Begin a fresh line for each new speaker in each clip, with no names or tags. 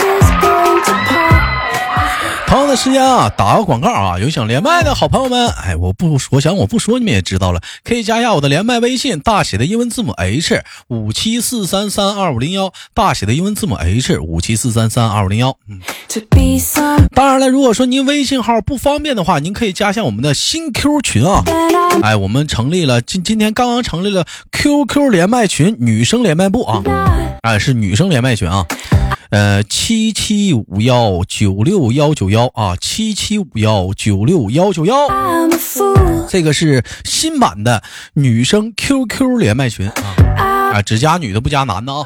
is going to pop.
同样的时间啊，打个广告啊，有想连麦的好朋友们，哎，我不，我想我不说你们也知道了，可以加一下我的连麦微信，大写的英文字母 H 五七四三三二五零幺，大写的英文字母 H 五七四三三二五零幺。嗯，
To be
当然了，如果说您微信号不方便的话，您可以加一下我们的新 Q 群啊。
something
哎，我们成立了，今今天刚刚成立了 QQ 连麦群，女生连麦部啊。
I'm
哎，是女生连麦群啊，呃，七七五幺九六幺九幺啊，七七五幺九六幺九幺，
a fool.
这个是新版的女生 QQ 连麦群啊，
Out
啊，只加女的不加男的啊。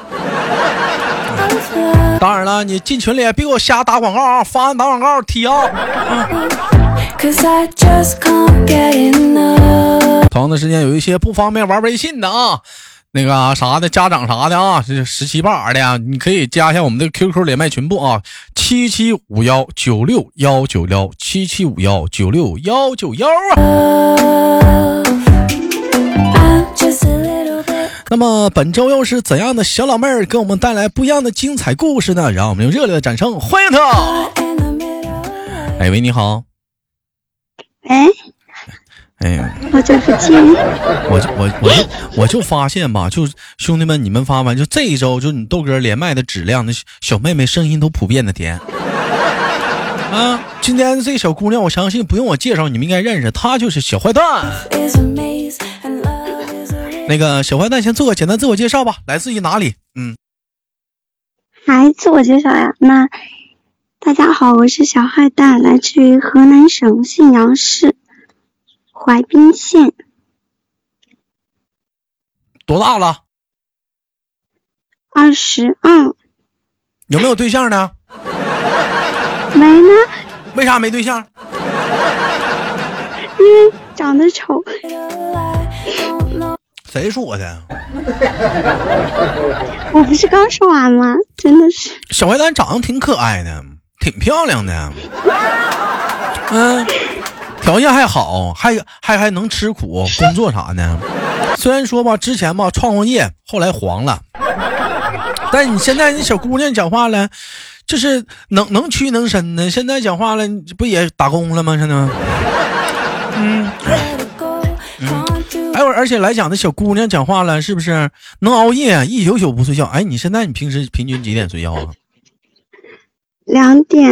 of love,
当然了，你进群里也别给我瞎打广告啊，发完打广告踢啊。
cause I just can't get enough.
同样的时间，有一些不方便玩微信的啊。那个啊啥的，家长啥的啊，这十七八的呀、你可以加一下我们的 QQ 连麦群部啊，七七五幺九六幺九幺，七七五幺九六幺九幺啊。
I'm just a little bit
那么本周又是怎样的小老妹儿给我们带来不一样的精彩故事呢？让我们用热烈的掌声欢迎她！
caught in the middle. of
哎喂，你好，
哎，
哎，
我这不听，
我就我我就我就发现吧，就是兄弟们，你们发完就这一周，就你豆哥连麦的质量，那小小妹妹声音都普遍的甜。啊，今天这小姑娘，我相信不用我介绍，你们应该认识，她就是小坏蛋。
is a maze and love is a riddle.
那个小坏蛋先做个简单自我介绍吧，来自于哪里？嗯，
还自我介绍呀？那大家好，我是小坏蛋，来自于河南省信阳市怀滨县，
多大了？
二十二，
有没有对象呢？
没呢，
为啥没对象？
因为长得丑，
I don't know
谁说我的？
我不是刚说完吗？真的是，
小坏蛋长得挺可爱的，挺漂亮的，嗯、条件还好，还还还能吃苦，工作啥的。虽然说吧，之前吧创过业，后来黄了，但你现在你小姑娘讲话了，就是能能屈能伸的。现在讲话了，你不也打工了吗？现在，
where to go. Can't do
哎，我而且来讲，这小姑娘讲话了，是不是能熬夜，一宿宿不睡觉？哎，你现在你平时平均几点睡觉啊？
两点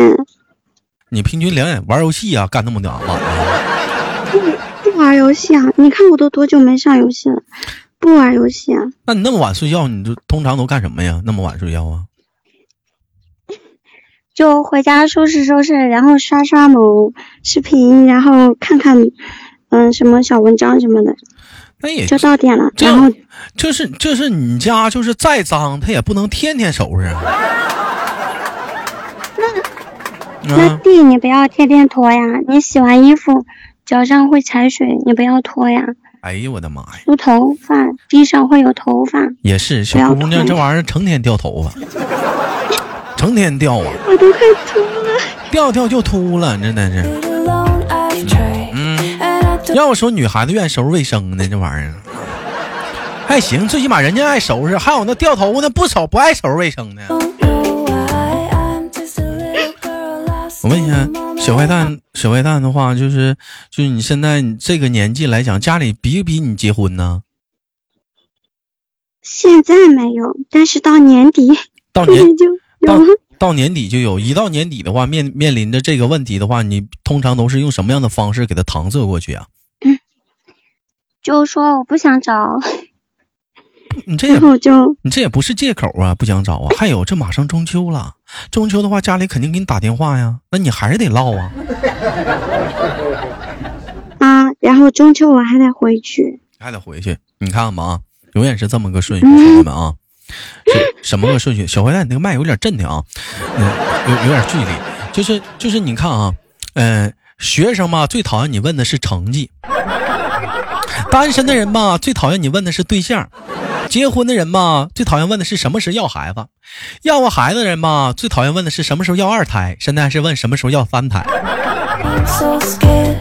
你平均两点玩游戏啊，干那么点晚啊？
不玩游戏啊？你看我都多久没上游戏了？不玩游戏啊？
那你那么晚睡觉，你就通常都干什么呀？那么晚睡觉啊？
就回家收拾收拾，然后刷刷某视频，然后看看，嗯，什么小文章什么的，
那也
就到点了。
哎这
然后
样，这是这是你家就是再脏，他也不能天天收拾啊。
那
啊，
地你不要天天拖呀，你洗完衣服脚上会踩水，你不要拖呀。
哎呀，我的妈呀！
梳头发，地上会有头发。
也是，
不
小
要
姑娘
碰
这玩意儿成天掉头发，成天掉啊，
我都快秃了。
掉掉就秃了，真的是。
it alone. I've tried. And I don't
要我说，女孩子愿意收拾卫生呢，这玩意儿还行，最起码人家爱收拾。还有那掉头发那不收不爱收拾卫生的。
know why. I'm just a little girl lost.
我问一
in
下
the，moment.
小坏蛋，小坏蛋的话，就是就是你现在你这个年纪来讲，家里逼不逼你结婚呢？
现在没有，但是到年底
到
可
年
能就
到
有了。
到年底就有，一到年底的话，面面临着这个问题的话，你通常都是用什么样的方式给他搪塞过去啊？
就说我不想找，
你这也
然 后就
你这也不是借口啊，不想找啊。还有，这马上中秋了，中秋的话，家里肯定给你打电话呀，那你还是得唠啊。
啊，然后中秋我还得回去。
还得回去。你看吧啊，永远是这么个顺序，兄弟们啊，是什么个顺序？小坏蛋，你那个麦有点震的啊，嗯，有有点距离，就是呃就是你看啊，嗯、学生嘛最讨厌你问的是成绩，单身的人吧，最讨厌你问的是对象；结婚的人吧，最讨厌问的是什么时候要孩子；要过孩子的人吧，最讨厌问的是什么时候要二胎，现在是问什么时候要三胎。
I'm so scared,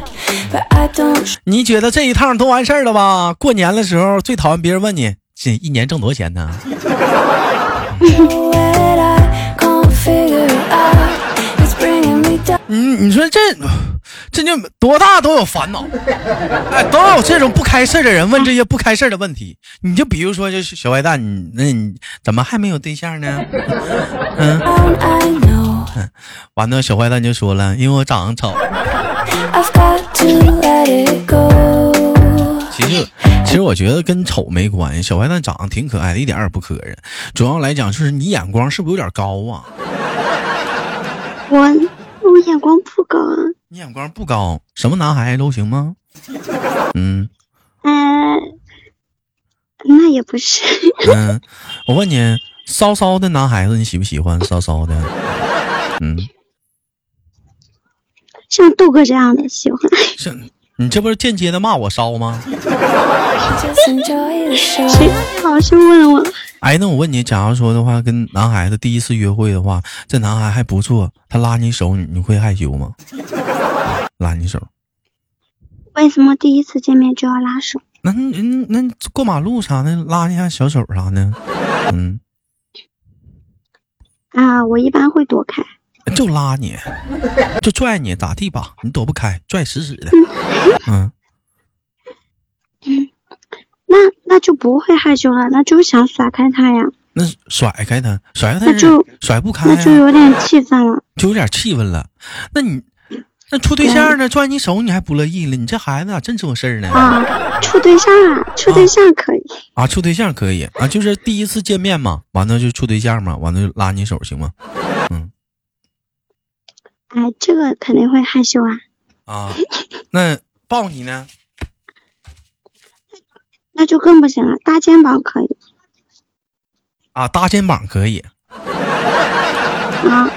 but I don't
你觉得这一趟都完事儿了吧？过年的时候最讨厌别人问你这一年挣多少钱呢？
show it. I can't figure it out. It's bringing me down.
你嗯你说这这就多大都有烦恼， 哎，都有这种不开事儿的人问这些不开事儿的问题。你就比如说，就是小坏蛋，你那你怎么还没有对象呢？
I know
完了，小坏蛋就说了，因为我长得丑。
I've got to let it go.
其实，其实我觉得跟丑没关系，小坏蛋长得挺可爱的，一点儿也不磕碜。主要来讲就是你眼光是不是有点高啊？
我我眼光不高啊，
你眼光不高，什么男孩子都行吗？嗯
呃，那也不是，
嗯，我问你，骚骚的男孩子你喜不喜欢？骚骚的，嗯，
像杜哥这样的喜欢，
这你这不是间接的骂我骚吗？
Just enjoy the show.
谁老是问我，
哎，那我问你，假如说的话，跟男孩子第一次约会的话，这男孩还不错，他拉你手，你你会害羞吗？ 拉你手，
为什么第一次见面就要拉手？
那那那那过马路啥的，拉一下小手啥的，嗯，
啊、我一般会躲开。
就拉你，就拽你，咋地吧？你躲不开，拽死死的，嗯。
那那就不会害羞了，那就想甩开他呀，
那甩开他，甩开他
那
是
就
甩不开、
那
啊，
就有点气愤了。
就有点气愤了。那你那处对象呢，拽你手你还不乐意了？你这孩子咋真惹事儿呢？
啊，处对象啊，处对象可以，
啊，处对象可以啊，就是第一次见面嘛，完了就处对象嘛，完了就拉你手行吗？
哎，这个肯定会害羞啊，
啊，那抱你呢？
那就更不行了。搭肩膀可以
啊，搭肩膀可以。
啊，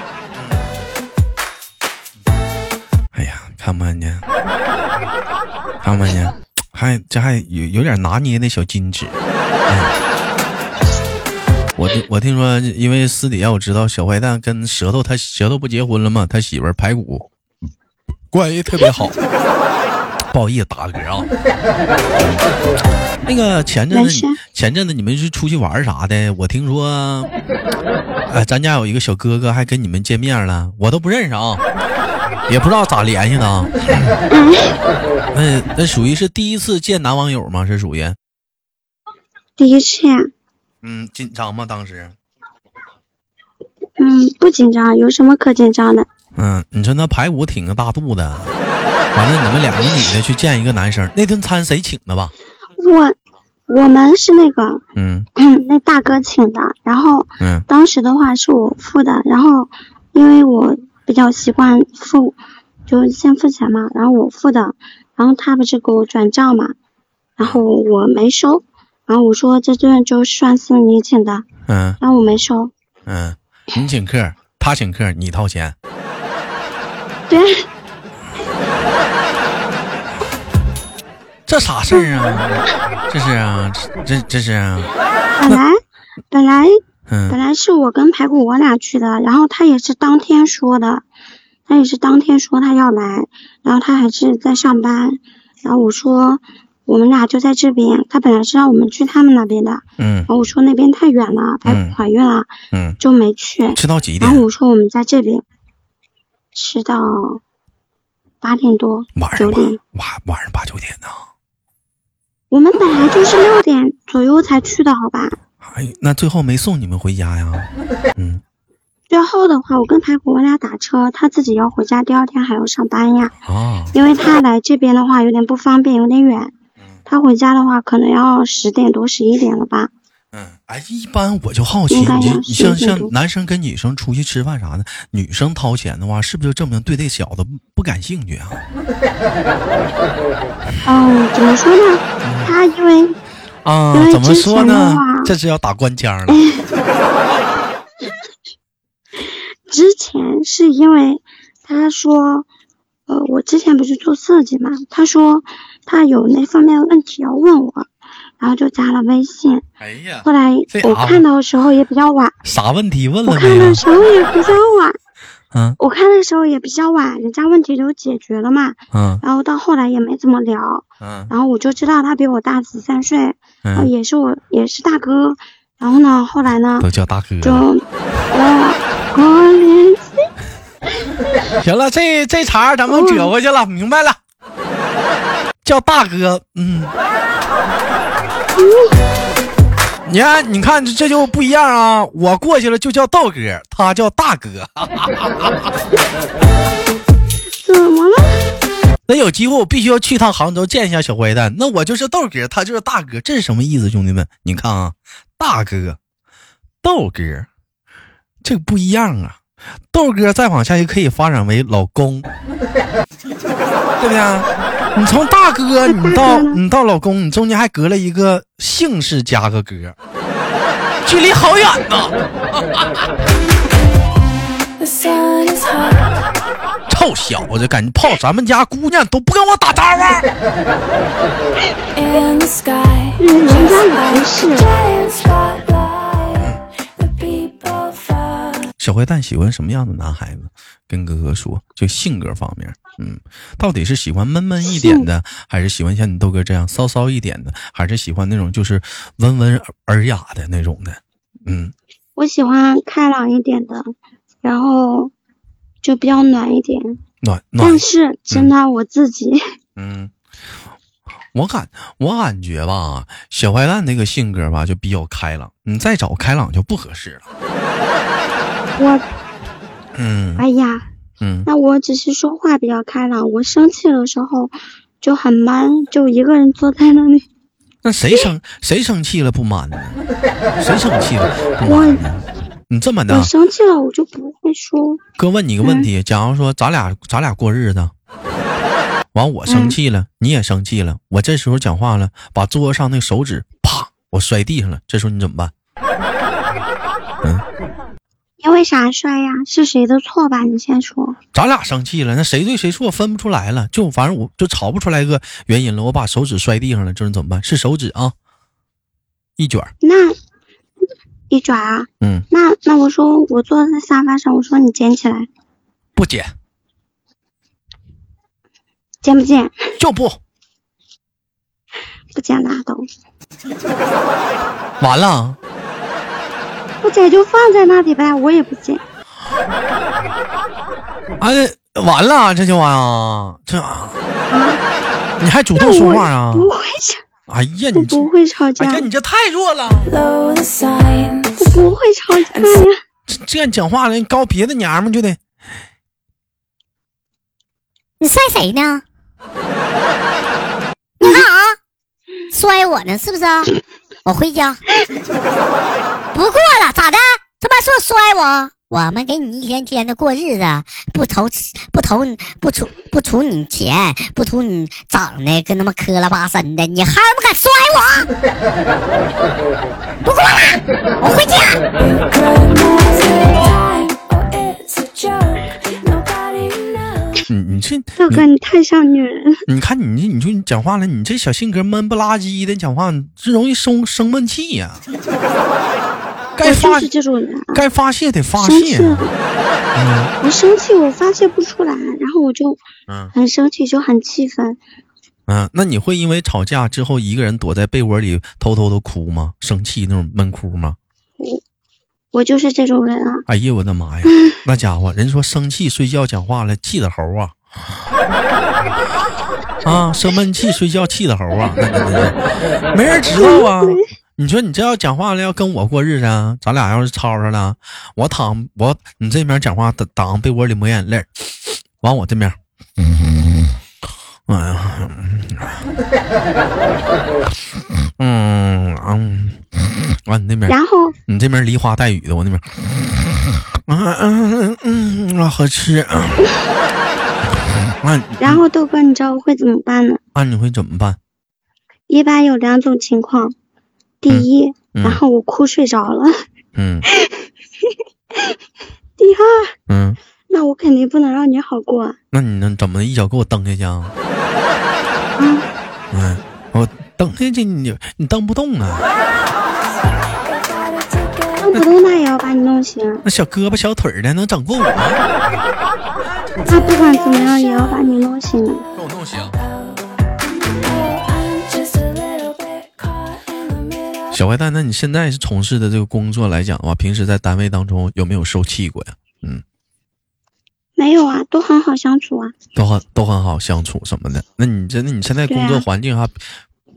哎呀，看不看见？看不看见？还这还有有点拿捏的小矜持。哎我听我听说，因为私底下我知道小坏蛋跟舌头，他舌头不结婚了吗？他媳妇儿排骨关系特别好。不好意思，打个嗝啊。那个前阵
没
子
事
你，前阵子你们是出去玩儿啥的？我听说，哎，咱家有一个小哥哥还跟你们见面了，我都不认识啊，也不知道咋联系的啊。
嗯
那那属于是第一次见男网友吗？是属于
第一次呀、
嗯紧张吗？当时
嗯，不紧张，有什么可紧张的？
嗯，你说那排骨挺个大肚子，啊完了你们两个女的去见一个男生，那顿餐谁请的吧？
我我们是那个
嗯
那大哥请的，然后
嗯
当时的话是我付的，然后因为我比较习惯付，就先付钱嘛，然后我付的，然后他不是给我转账嘛，然后我没收，然后我说这顿就算是你请的，
嗯
然后我没收，
嗯，你请客，他请客，你掏钱。
对，
这啥事儿啊？这是啊，这这这是啊，
本来 本来本
嗯
来是我跟排骨我俩去的，然后他也是当天说的，他也是当天说他要来，然后他还是在上班，然后我说我们俩就在这边，他本来是让我们去他们那边的，
嗯
然后我说那边太远了，排骨怀孕了、
嗯，
就没去，
吃到几点
然？后我说我们在这边，吃到八点多
晚上
九
吧
点，
晚晚上八九点呢？
我们本来就是六点左右才去的好吧，
哎，那最后没送你们回家呀？嗯，
最后的话我跟排骨我俩打车，他自己要回家，第二天还要上班呀。
啊，
因为他来这边的话有点不方便，有点远。他回家的话可能要十点多、十一点了吧？
嗯，哎，一般我就好奇，
应该
你
要
你像
十一点
像
多
男生跟女生出去吃饭啥的，女生掏钱的话，是不是就证明对这小子不不感兴趣啊？
嗯，怎么说呢？他因为
啊
因，为
怎么
之
说
前的
呢
话？
这是要打官腔 了。
之前是因为他说呃，我之前不是做设计嘛，他说他有那方面的问题要问我，然后就加了微信。
哎呀
后，来
这
我
啊
看到的时候也比较晚，
啥问题问
我
了
看
没
到
有啊
的？时候也比较晚，
嗯
我看的时候也比较晚，人家问题都解决了嘛，
嗯
然后到后来也没怎么聊，
嗯
然后我就知道他比我大十三岁，然后
嗯，
也是我也是大哥，然后呢，后来呢
都叫大哥
就
了。
我我联系，
行了，这这茬儿咱们撅回去了，明白了。叫大哥，嗯。
嗯
你看，你看，这这就不一样啊！我过去了就叫道哥，他叫大哥。
怎么了？
那有机会我必须要去趟杭州见一下小坏蛋。那我就是豆哥，他就是大哥，这是什么意思，兄弟们？你看啊，大哥、豆哥，这个不一样啊。豆哥再往下就可以发展为老公，对不对啊？你从大哥，你到你到老公，你中间还隔了一个姓氏加个哥，距离好远呐！
The sun is hot.
臭小子，感觉泡咱们家姑娘都不跟我打招呼。
in the sky.
Mm,
Just
yeah,
like
sure.
a giant spotlight. The people fall.
小坏蛋喜欢什么样的男孩子？跟哥哥说，就性格方面，嗯，到底是喜欢闷闷一点的，还是喜欢像你豆哥这样骚骚一点的，还是喜欢那种就是温文尔雅的那种的？嗯，
我喜欢开朗一点的，然后就比较暖一点。
暖暖
但，是真的我自己，
嗯，我感我感觉吧，小坏蛋那个性格吧就比较开朗，你再找开朗就不合适了。
我
嗯
哎呀，
嗯，
那我只是说话比较开朗，我生气的时候就很闷，就一个人坐在那里。
那谁生谁生气了不满呢？谁生气了不满呢？你这么的，啊
我生气了，我就不会说。
哥问你个问
嗯
题，假如说咱俩咱俩过日子，完我生气
嗯
了，你也生气了，我这时候讲话了，把桌上那个手指啪我摔地上了，这时候你怎么办？
因为啥摔呀？是谁的错吧？你先说。
咱俩生气了，那谁对谁错分不出来了，就反正我就吵不出来个原因了。我把手指摔地上了，这是怎么办？是手指啊，一卷儿，
那一爪啊，
嗯，
那那我说我坐在沙发上，我说你捡起来，
不解
捡不捡？
就不
不捡拉倒，
完了。
不捡就放在那里呗，我也不捡。
哎，完了，这就啊，这啊，你还主动说话啊
嗯我？不会吵，
哎呀，
我
你这
不会吵
哎
架，
呀，你这太弱了！
Low the signs.
我不会吵
哎
架呀。
这这样讲话了，高别的娘们就得
你摔谁呢？你看啊，摔我呢，是不是啊？我回家。不过了，咋的？他妈说摔我，我们给你一天天的过日子，不投不投不出不出你钱，不图你长得跟他妈磕了巴碜的，你还他妈敢摔我？不过了，我回家。
Recognize the time. Oh, it's a joke. Nobody knows.
你你这
大哥，你太像女人了，
你你看你这你就你讲话了，你这小性格闷不拉几的，讲话这容易生生闷气 呀、该
我就
发
是这种人啊。
该发泄得发
生气
泄
了
啊，，
我生气，我发泄不出来，然后我就
嗯
很生气，就很气愤。
嗯，那你会因为吵架之后一个人躲在被窝里偷偷的哭吗？生气那种闷哭吗？
我就是这种人啊，
哎呀，我的妈呀，那家伙，人说生气睡觉讲话了，气的猴啊！啊，生闷气睡觉气的猴啊，那真是没人知道啊！你说你这要讲话了，要跟我过日子，啊，咱俩要是吵吵了，我躺我你这边讲话挡挡被窝里抹眼泪儿，完我这边，哎呀，嗯嗯，完你那边。
然后
你这边梨花带雨的，我那边，啊嗯嗯嗯，啊好吃啊！啊
然后豆哥，你知道我会怎么办呢？
啊，你会怎么办？
一般有两种情况，第一，
嗯
然后我哭睡着了；
嗯
第二，
嗯
那我肯定不能让你好过啊。
那你能怎么一脚给我蹬下去啊？嗯，我蹬下去你你蹬不动啊，
弄不动那也要把你弄醒啊，
那小胳膊小腿儿的能整过我吗？
那不管怎么样也要把你弄醒啊。
给我弄醒。小坏蛋，那你现在是从事的这个工作来讲的话，平时在单位当中有没有受气过呀？嗯，
没有啊，都很好相处啊。
都很都很好相处什么的。那你真的你现在工作
对啊
环境哈，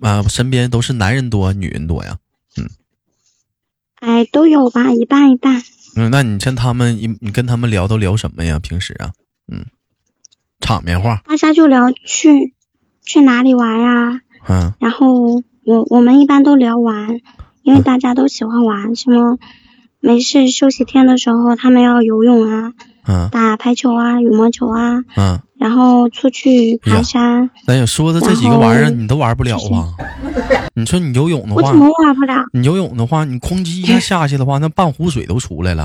啊、身边都是男人多女人多呀？
哎，都有吧，一半一半。
嗯，那你像他们，你你跟他们聊都聊什么呀？平时啊，嗯，场面话，
大家就聊去去哪里玩啊，
嗯，
然后我我们一般都聊玩，因为大家都喜欢玩，什么没事休息天的时候他们要游泳啊，
嗯
打排球啊，羽毛球啊，
嗯，
然后出去爬山。
咱也说的这几个玩意儿
然后
你都玩不了啊。你说你游泳的
我
话
怎，么玩不了？
你游泳的话，你哐叽一下下去的话，那半壶水都出来了。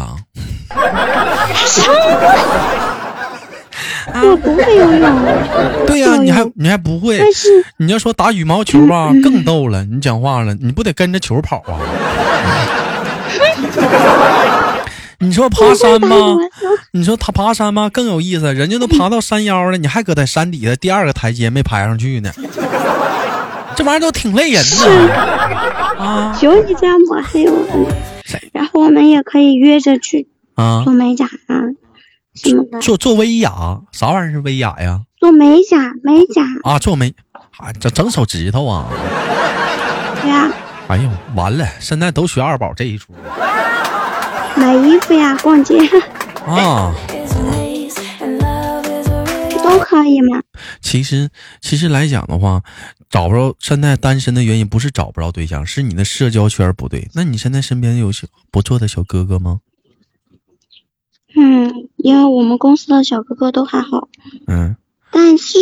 啊
我不会游泳，
对呀、
哎呦
你还你还不会，
但是嗯
你要说打羽毛球吧，更逗了。你讲话了，你不得跟着球跑啊？ 你说爬山吧，你说他爬山吧更有意思，人家都爬到山腰了，你还搁在山底下第二个台阶没爬上去呢， 这玩意儿都挺累人的。啊
有你这样抹黑我们
谁。
然后我们也可以约着去
啊
做，美甲啊什么的，
做做威亚，啥玩意儿是威亚呀？
做美甲美甲，
啊，做没，啊，整整手指头啊！
对啊，
哎呦，完了，现在都学二宝这一出
买衣服呀，逛街
啊。
都可以嘛。
其实，其实来讲的话，找不着现在单身的原因不是找不着对象，是你的社交圈不对。那你现在身边有小不错的小哥哥吗？
嗯，因为我们公司的小哥哥都还好，
嗯
但是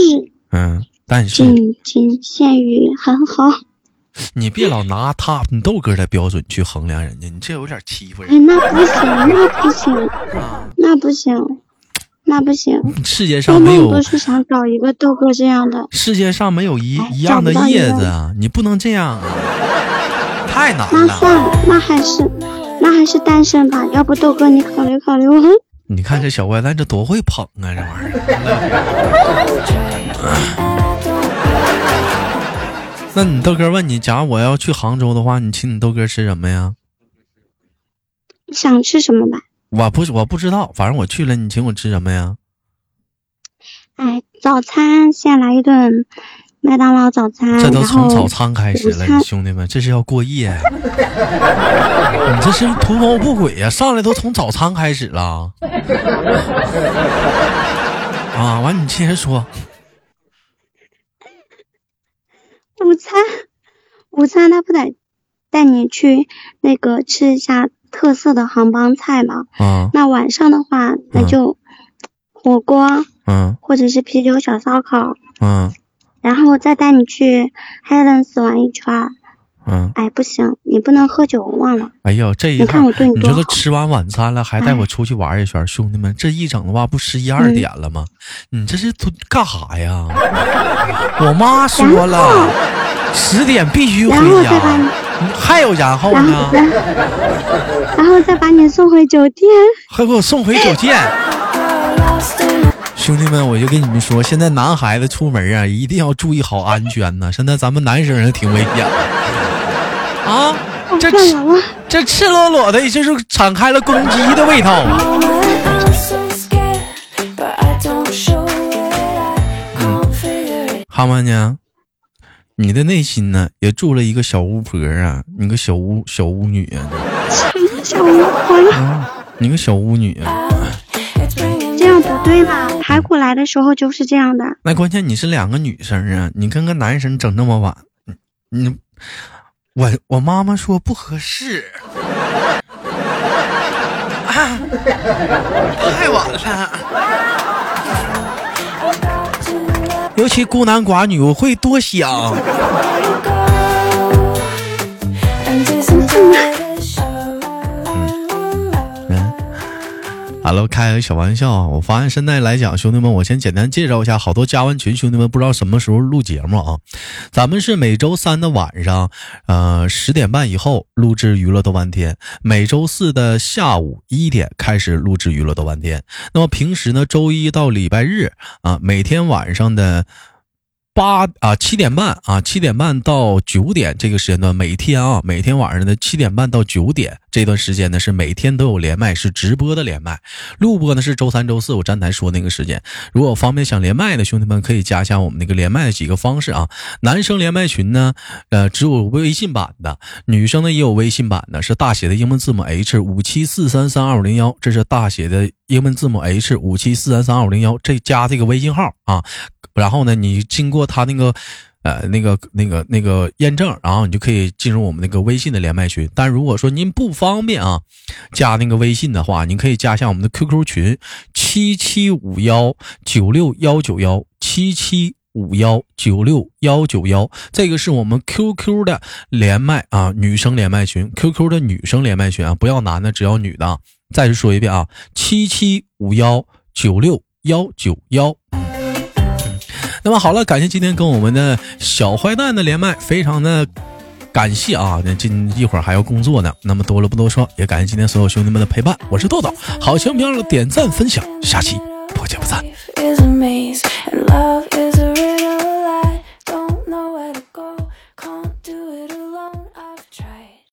嗯，但是
仅仅限于很好。
你别老拿他你豆哥的标准去衡量人家，你这有点欺负
哎，
人。
那不行，那不行，那不行，那不行。
世界
周
啊上没
梦不
有
是想找一个豆哥这样的，
世界上没有一
哎
一样的
找不到一
叶
样
子啊，你不能这样啊，太难
那
了。
算了，那还是那还是单身吧。要不豆哥你考虑考虑我。
你看这小坏蛋这多会捧啊，这玩意儿。 那你豆哥问你，假如我要去杭州的话，你请你豆哥吃什么呀？
想吃什么吧？
我不我不知道，反正我去了，你请我吃什么呀？
哎，早餐先来一顿麦当劳早餐，
这都
然
从
后
早餐开始了，
午餐
你兄弟们，这是要过夜？ 你这是图谋不轨呀、上来都从早餐开始了。啊，完你接着说，
午餐，午餐他不得带你去那个吃一下特色的杭帮菜嘛？
啊
那晚上的话，那
嗯
就火锅
嗯
或者是啤酒小烧烤，
嗯
然后再带你去 Helens 玩一圈儿。
嗯。
哎，不行，你不能喝酒，我忘了。
哎呦，这一
你看
趟
我对你多
说他
好哎
吃完晚餐了，还带我出去玩一圈，兄弟们，这一整的话不十一二
嗯
点了吗？你这是都干啥呀？我妈说了，十点必须回
然后
家
再把你，
你还有然后
然
呢
后，？然后 然后再把你送回酒店。
还给我送回酒店。兄弟们，我就跟你们说，现在男孩子出门啊，一定要注意好安全呐、现在咱们男生人挺危险的啊，
我
这
算了吧，
这赤裸裸的，就是敞开了公鸡的味道啊！哈曼呢？你的内心呢，也住了一个小巫婆啊，你个小巫小巫女啊，
小巫婆了。
你个小巫女啊。
这样不对吧？排骨来的时候就是这样的，
那关键你是两个女生啊，你跟个男生整那么晚，你你我我妈妈说不合适，啊，太晚了。尤其孤男寡女，我会多想。 嗯，完了，开个小玩笑啊！我发现现在来讲，兄弟们，我先简单介绍一下，好多加完群兄弟们不知道什么时候录节目啊。咱们是每周三的晚上，呃，十点半以后录制《娱乐豆瓣天》，每周四的下午一点开始录制《娱乐豆瓣天》。那么平时呢，周一到礼拜日啊，每天晚上的。八啊七点半啊七点半到九点这个时间段，每天啊每天晚上的七点半到九点这段时间呢是每天都有连麦，是直播的连麦，录播呢是周三、周四我站台说那个时间。如果方便想连麦的兄弟们，可以加一下我们那个连麦的几个方式啊。男生连麦群呢，呃只有微信版的，女生呢也有微信版的，是大写的英文字母 H 五七四三三二五零幺，这是大写的英文字母 H 五七四三三二五零幺，这加这个微信号啊。然后呢，你经过他那个，呃，那个、那个、那个验证，然后你就可以进入我们那个微信的连麦群。但如果说您不方便啊，加那个微信的话，您可以加一下我们的 QQ 群七七五幺九六幺九幺七七。五幺九六幺九幺，这个是我们 QQ 的连麦啊，女生连麦群，QQ 的女生连麦群啊，不要男的，只要女的啊。再说一遍啊，七七五幺九六幺九幺。那么好了，感谢今天跟我们的小坏蛋的连麦，非常的感谢啊！那今一会儿还要工作呢，那么多了不多说，也感谢今天所有兄弟们的陪伴，我是豆豆，好情不要点赞分享，下期不见不散。
Life is a maze and love is